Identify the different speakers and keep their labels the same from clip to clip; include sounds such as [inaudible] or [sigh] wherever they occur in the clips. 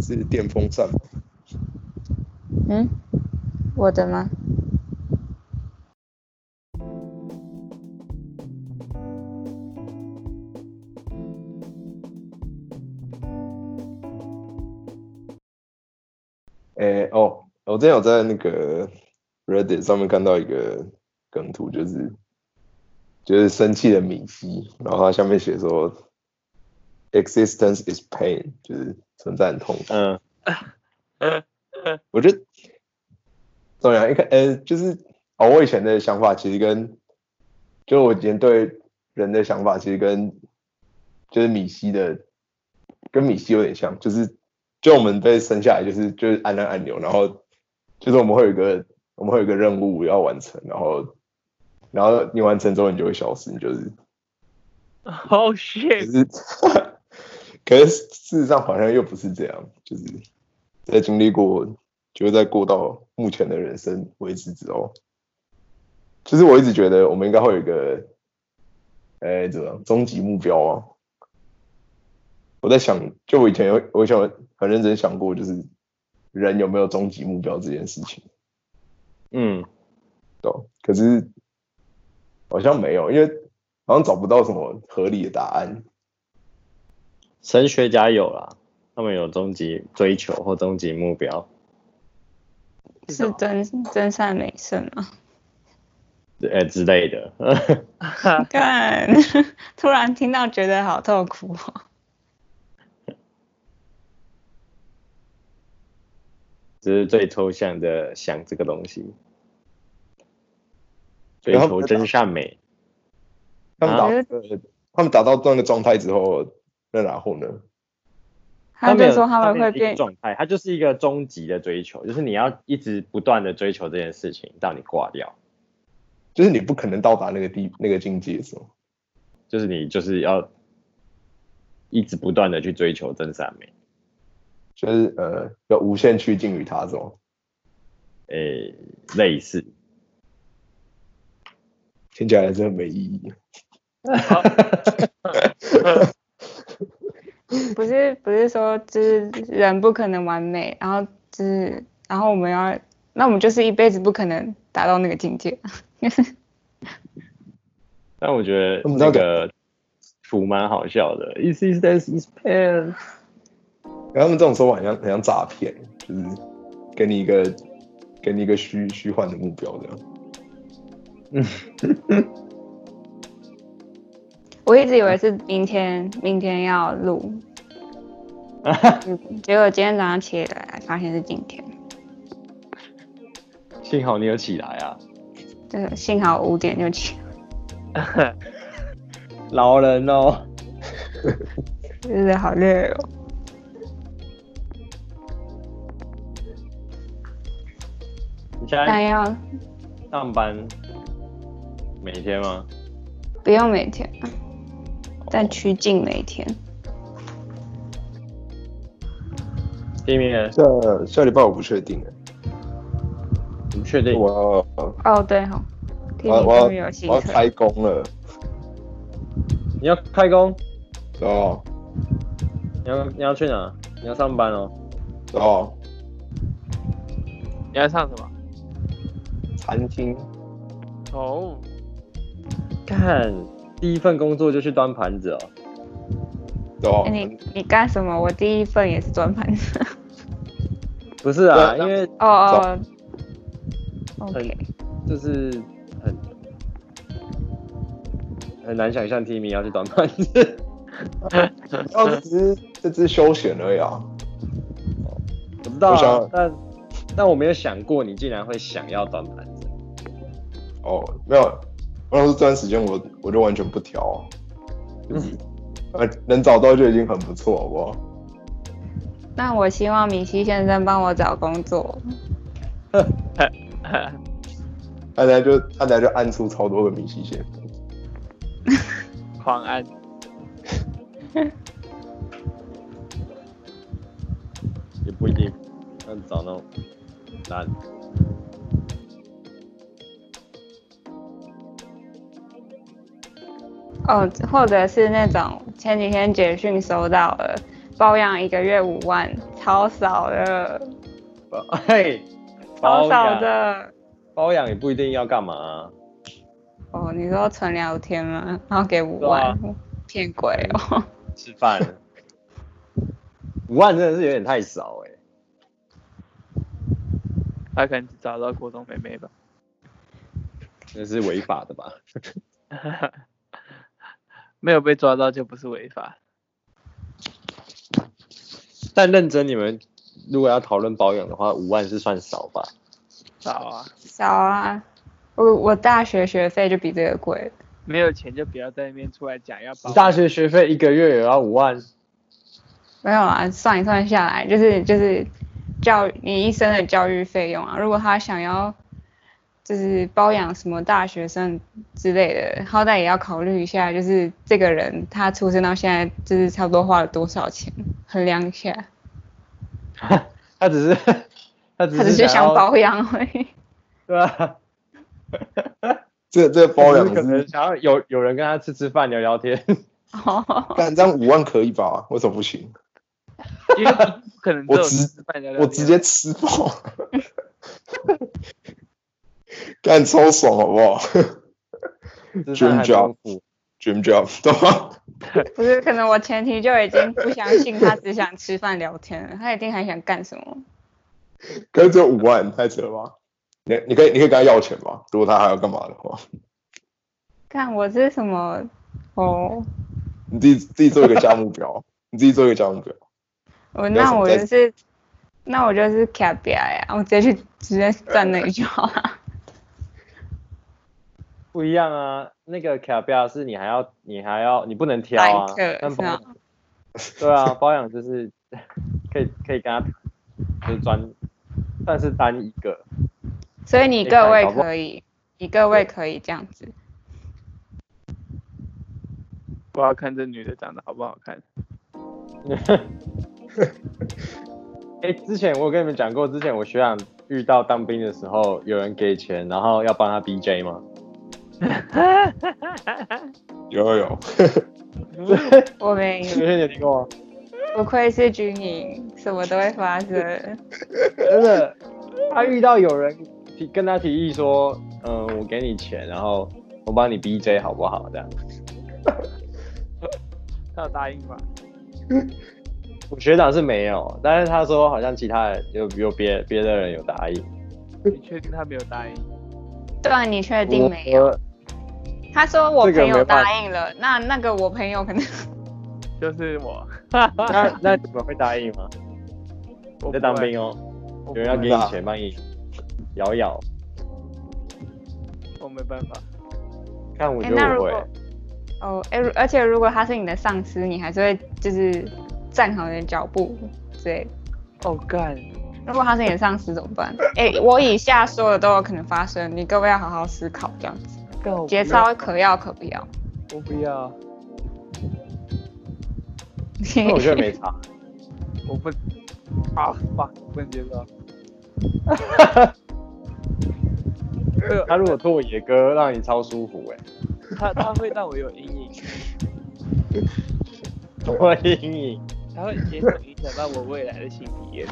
Speaker 1: 是电风扇吗？
Speaker 2: 嗯，我的吗？
Speaker 1: 诶、哦，我之前有在那个 Reddit 上面看到一个梗图，就是就是生气的米西，然后它下面写说 “Existence is pain”，就是存在很痛苦。
Speaker 3: 嗯，
Speaker 1: [laughs] 我觉得怎么样？一看，呃，就是哦，我以前的想法其实跟，就我以前对人的想法其实跟，就是米西的，跟米西有点像，就是就我们被生下来就是就是按那按钮，然后就是我们会有一个我们会有一个任务要完成，然后然后你完成之后你就会消失，你就是
Speaker 3: 好
Speaker 1: 可
Speaker 3: shit，
Speaker 1: 是， [laughs] 可是事实上好像又不是这样，就是在经历过，就是在过到目前的人生为止之后，其实我一直觉得我们应该会有一个，哎，怎么样终极目标啊？我在想，就我以前有，我想很认真想过，就是人有没有终极目标这件事情。
Speaker 3: 嗯，
Speaker 1: 懂，可是好像没有，因为好像找不到什么合理的答案。
Speaker 3: 神学家有啦，他们有终极追求或终极目标，
Speaker 2: 是真真善美胜
Speaker 3: [laughs]
Speaker 2: 吗？
Speaker 3: 呃之类的。 [laughs]
Speaker 2: 看， [laughs] 突然听到觉得好痛苦、哦。
Speaker 3: 只是最抽象的想这个东西，追
Speaker 1: 然后
Speaker 3: 求真善美。
Speaker 1: 他们
Speaker 3: 啊
Speaker 1: 打、呃他们打到那个状态之后，那然后呢？
Speaker 2: 他
Speaker 3: 没
Speaker 2: 就
Speaker 3: 有
Speaker 2: 说他们
Speaker 3: 没有
Speaker 2: 会
Speaker 3: 一个
Speaker 2: 变，
Speaker 3: 状态，它就是一个终极的追求，就是你要一直不断的追求这件事情到你挂掉，
Speaker 1: 就是你不可能到达那个地那个境界，是吗？
Speaker 3: 就是你就是要一直不断的去追求真善美。
Speaker 1: 就是呃，要无限趋近于它，是吗？
Speaker 3: 诶、呃类似，
Speaker 1: 听起来真的没意义。啊
Speaker 2: 不是不是说就是人不可能完美，然后就是然后我们要，那我们就是一辈子不可能达到那个境界。 [laughs]
Speaker 3: 但我觉得
Speaker 1: 我们
Speaker 3: 那
Speaker 1: 到底
Speaker 3: 个图蛮好笑的。Is is this is pen？
Speaker 1: 然后他们这种说法很像很像诈骗，就是给你一个给你一个虚虚幻的目标这样。
Speaker 2: 我一直以为是明天明天要
Speaker 3: [laughs]
Speaker 2: 录，嗯结果今天早上起来发现是今天，
Speaker 3: 幸好你有起来 [laughs] 啊，
Speaker 2: 就是幸好五点就起来，
Speaker 3: 老人哦。
Speaker 2: 就是好累哦。
Speaker 3: 你现
Speaker 2: 但
Speaker 3: 在
Speaker 2: 要
Speaker 3: 上班每天吗？
Speaker 2: 不用每天，但趋近每天。
Speaker 3: 地面
Speaker 1: 下下礼拜我不确定，
Speaker 3: 不确定，
Speaker 1: 我要
Speaker 2: 哦，对吼，听
Speaker 1: 我要
Speaker 2: 你
Speaker 1: 我
Speaker 2: 终于
Speaker 1: 要
Speaker 2: 有
Speaker 1: 我
Speaker 2: 行
Speaker 1: 要
Speaker 2: 程，
Speaker 1: 开工了
Speaker 3: 你要开工，
Speaker 1: 哦
Speaker 3: 你要你要去哪？你要上班哦。
Speaker 1: 哦，
Speaker 4: 你要唱什么？
Speaker 1: 餐厅
Speaker 4: 哦，
Speaker 3: 看，第一份工作就去端盘子哦。
Speaker 1: 哦
Speaker 2: 哎，你你干什么？我第一份也是转
Speaker 3: [laughs]
Speaker 2: 盘。
Speaker 3: 不是啊，
Speaker 1: 对啊
Speaker 3: 因为
Speaker 2: 哦哦，OK，
Speaker 3: 就是很很难想象 Timmy 要去端盘子。
Speaker 1: 哦，只是这只休闲而已啊。
Speaker 3: 我知道、
Speaker 1: 我想
Speaker 3: 啊，但但我没有想过你竟然会想要端盘子。
Speaker 1: 哦，没有，我老师这段时间我我就完全不挑啊，
Speaker 3: 嗯
Speaker 1: 就是、呃能找到就已经很不错，好不好？
Speaker 2: 那我希望米西先生帮我找工作。
Speaker 1: 他等下就他等下就按出超多个明细线，
Speaker 4: 狂按，
Speaker 3: [laughs] 也不一定，要找那种难。
Speaker 2: 哦，或者是那种前几天简讯收到了，包养一个月五万，超少的，
Speaker 3: 包 [laughs] 嘿，
Speaker 2: 超
Speaker 3: 包
Speaker 2: 少
Speaker 3: 养
Speaker 2: 的。
Speaker 3: 包养也不一定要干嘛啊、
Speaker 2: 哦，你说纯聊天吗？然后给五
Speaker 3: 对啊
Speaker 2: 万，骗、鬼哦！
Speaker 3: 吃饭。五万真的是有点太少哎、
Speaker 4: 他可能只找到国中妹妹吧。 [laughs]
Speaker 3: 那是违法的吧？
Speaker 4: 没有被抓到就不是违法。
Speaker 3: [laughs] 但认真，你们如果要讨论保养的话，五万是算少吧？
Speaker 4: 少啊，
Speaker 2: 少啊，我我大学学费就比这个贵。
Speaker 4: 没有钱就不要在那边出来讲要
Speaker 3: [laughs]
Speaker 4: 保
Speaker 3: 你。大学学费一个月也要五万， [laughs]
Speaker 2: 没有啊，算一算下来，就是就是教育你一生的教育费用啊。如果他想要就是包养什么大学生之类的，好歹也要考虑一下，就是这个人他出生到现在就是差不多花了多少钱，衡量一下。
Speaker 3: 他只是他只
Speaker 2: 他只
Speaker 3: 是
Speaker 2: 是想
Speaker 3: 要，
Speaker 2: 包养而已。 [laughs]
Speaker 3: 对啊吧、
Speaker 1: 这这个包养
Speaker 3: 只是可能
Speaker 1: 是，
Speaker 3: 想要有有人跟他吃吃饭聊聊天， [laughs]
Speaker 2: 哦，
Speaker 1: 但这样五万可以吧？为什么不行？
Speaker 4: 因为不可能只有
Speaker 1: 我直
Speaker 4: 吃饭聊
Speaker 3: 啊
Speaker 4: 聊
Speaker 1: 我
Speaker 4: 天
Speaker 1: 直接吃爆，干超爽好不好
Speaker 3: 吃饭
Speaker 1: Dream
Speaker 3: 还
Speaker 1: job
Speaker 3: 丰富。
Speaker 1: ？Dream job，懂吗？
Speaker 2: 不是，可能我前提就已经不相信他只想吃饭聊天了，他一定还想干什么？
Speaker 1: 可是只有五万，太扯了吧？你你可以你可以跟他要钱吧？如果他还要干嘛的话，
Speaker 2: 看我是什么？哦，
Speaker 1: 你自己自己做一个价目表，你自己做一个价目表。
Speaker 2: 我
Speaker 1: 没有
Speaker 2: 哦那
Speaker 1: 什么
Speaker 2: 我
Speaker 1: 在
Speaker 2: 就是，那我就是卡比亚呀，我直接去直接站那里就好了。
Speaker 3: 不一样啊，那个卡比亚是你还要你还 [laughs] 要你不能挑
Speaker 2: 来
Speaker 3: 啊
Speaker 2: 客，是
Speaker 3: 但包
Speaker 2: 吗？
Speaker 3: 对啊，包养就是 [laughs] 可以可以跟他就是专算是单一个，
Speaker 2: 所以你各
Speaker 3: 哎干
Speaker 2: 位
Speaker 3: 搞不好
Speaker 2: 可以，你各位
Speaker 3: 对
Speaker 2: 可以这样子。
Speaker 4: 我要看这女的长得好不好看。 [laughs]
Speaker 3: 哎、之前我有跟你们讲过，之前我学长遇到当兵的时候，有人给钱，然后要帮他 BJ 吗？
Speaker 1: 有有有，
Speaker 2: 嗯我没
Speaker 3: [laughs] 你们有听过吗？
Speaker 2: 不愧是军营，什么都会发
Speaker 3: [laughs]
Speaker 2: 生。
Speaker 3: 真的，他遇到有人提跟他提议说，嗯，我给你钱，然后我帮你 BJ 好不好？这样，
Speaker 4: 他有答应吗？
Speaker 3: 我学长是没有，但是他说好像其他人有有别别的人有答应，
Speaker 4: 你确定他没有答应？
Speaker 2: 对啊，你确定没有？
Speaker 3: 有。
Speaker 2: 他说我
Speaker 3: 这个
Speaker 2: 朋友
Speaker 3: 没办法
Speaker 2: 答应了，那那个我朋友可能
Speaker 4: 就是我，
Speaker 3: 那那你们会答应吗？
Speaker 4: [laughs]
Speaker 3: 你
Speaker 4: 我不
Speaker 3: 在当
Speaker 4: 会
Speaker 3: 兵哦，有
Speaker 4: 我不
Speaker 3: 人要
Speaker 4: 会
Speaker 3: 给你钱帮你摇摇，
Speaker 4: 我没办法。
Speaker 3: 看我
Speaker 2: 哎
Speaker 3: 觉
Speaker 2: 那
Speaker 3: 得
Speaker 2: 如
Speaker 3: 我会
Speaker 2: 果。哦，哎、如而且如果他是你的上司，你还是会就是站好你的脚步之类的。
Speaker 4: 哦干，
Speaker 2: 如果他是你的上司怎么办？哎、我以下说的都有可能发生，你各位要好好思考，这样子
Speaker 4: 干我不
Speaker 2: 节
Speaker 4: 要
Speaker 2: 操可要可不要。
Speaker 4: 我不要，
Speaker 3: 那我觉得没差。
Speaker 4: 我不啊哇，不能接受。这
Speaker 3: 他如果拖我野哥，让你超舒服哎、
Speaker 4: 他他会让我有阴影，
Speaker 3: 欸，我阴影。
Speaker 4: 他会严重影响到我未来的性体验。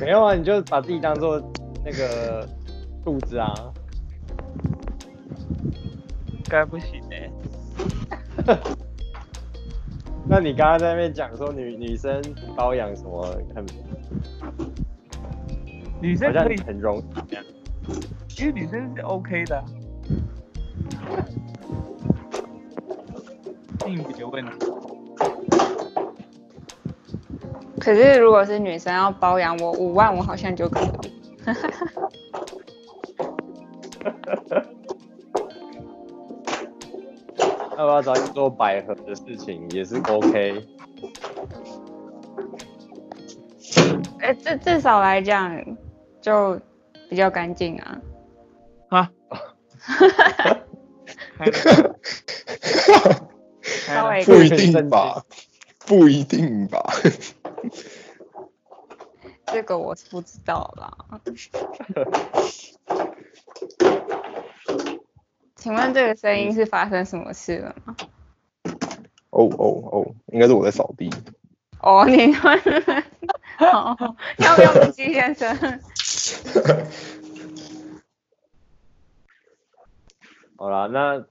Speaker 3: 没有啊，你就把自己当做那个柱子啊。
Speaker 4: 该不行哎、
Speaker 3: [laughs] 那你刚刚在那边讲说女女生包养什么很
Speaker 4: 女生
Speaker 3: 好像
Speaker 4: 可以，
Speaker 3: 很容易，
Speaker 4: 因为女生是 OK 的啊。性别问题，
Speaker 2: [laughs] 可是如果是女生要包养我五万，我好像就可以。 [laughs]
Speaker 3: 要不要找你做百合的事情也是 OK。 [laughs]
Speaker 2: 哎、至至少来讲就比较干净啊。稍微
Speaker 1: 不一定吧？不一定吧？
Speaker 2: [laughs] 这个我是不知道
Speaker 3: [laughs]
Speaker 2: 啦。请问这个声音是发生什么事了吗？
Speaker 1: 哦哦哦，应该是我在扫地。
Speaker 2: [laughs] 哦，你们好，要不要笔记先生？
Speaker 3: 好啦，那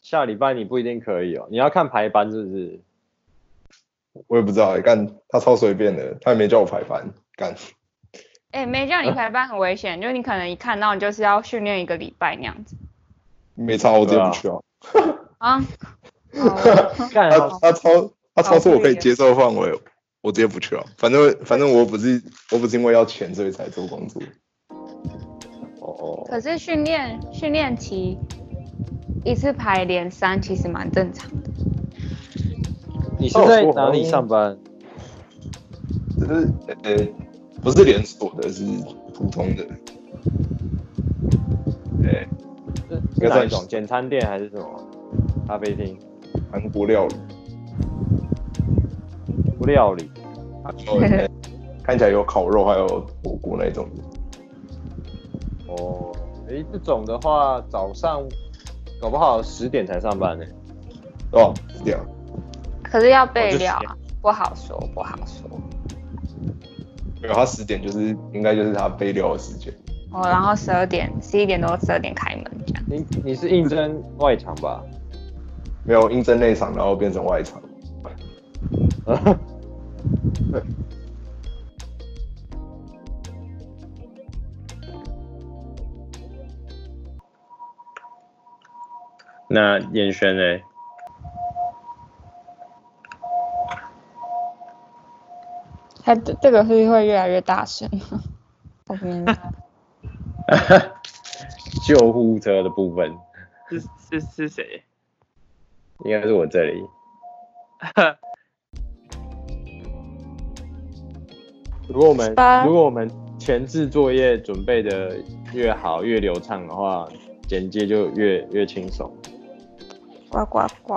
Speaker 3: 下礼拜你不一定可以哦，你要看排班是不是？
Speaker 1: 我也不知道、欸，干他超随便的，他也没叫我排班，干
Speaker 2: [laughs] 哎、没叫你排班很危险，就是你可能一看到你就是要训练一个礼拜那样子
Speaker 1: 没差，我直接不去啊。
Speaker 2: 啊。好
Speaker 1: [laughs]
Speaker 3: 干
Speaker 1: 他
Speaker 3: 啊好，
Speaker 1: 他超他超出我可以
Speaker 2: 好
Speaker 1: 接受的范围，我直接不去啊。反正反正我不是我不是因为要钱所以才做工作，
Speaker 3: 哦哦，
Speaker 2: 可是训练训练期一次排连三，其实蛮正常的。
Speaker 3: 你是在哪里上班？
Speaker 1: 只是呃、不是连锁的，是普通的。哎、
Speaker 3: 是是哪一种？简餐店还是什么？咖啡厅？
Speaker 1: 韩国料理，
Speaker 3: 料理？
Speaker 1: 然后呃看起来有烤肉，还有火锅那种的。
Speaker 3: 哦，诶，这种的话，早上搞不好十点才上班呢、
Speaker 1: 哦，是这样。
Speaker 2: 可是要备料啊，不好说，不好说。
Speaker 1: 没有，他十点就是应该就是他备料的时间。
Speaker 2: 哦，然后十二点、十一点多、十二点开门这样。
Speaker 3: 你你是应征外场吧？
Speaker 1: 没有应征内场，然后变成外场。
Speaker 3: [laughs] 那燕轩呢？ [laughs]
Speaker 2: 它这这个是会越来越大声吗？ [laughs] 我不明白。
Speaker 3: 救护车的部分
Speaker 4: 是是是谁？
Speaker 3: 应该是我这里。如果我们
Speaker 2: 吧
Speaker 3: 如果我们前置作业准备的越好越流畅的话，剪接就越越轻松。
Speaker 2: 呱呱呱！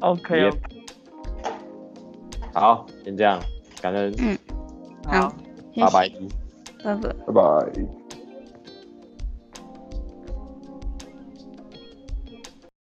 Speaker 4: OK，
Speaker 3: 好，先这样，感恩，
Speaker 2: 嗯，
Speaker 4: 好。
Speaker 3: 八百一。
Speaker 2: 拜拜。
Speaker 1: 拜拜。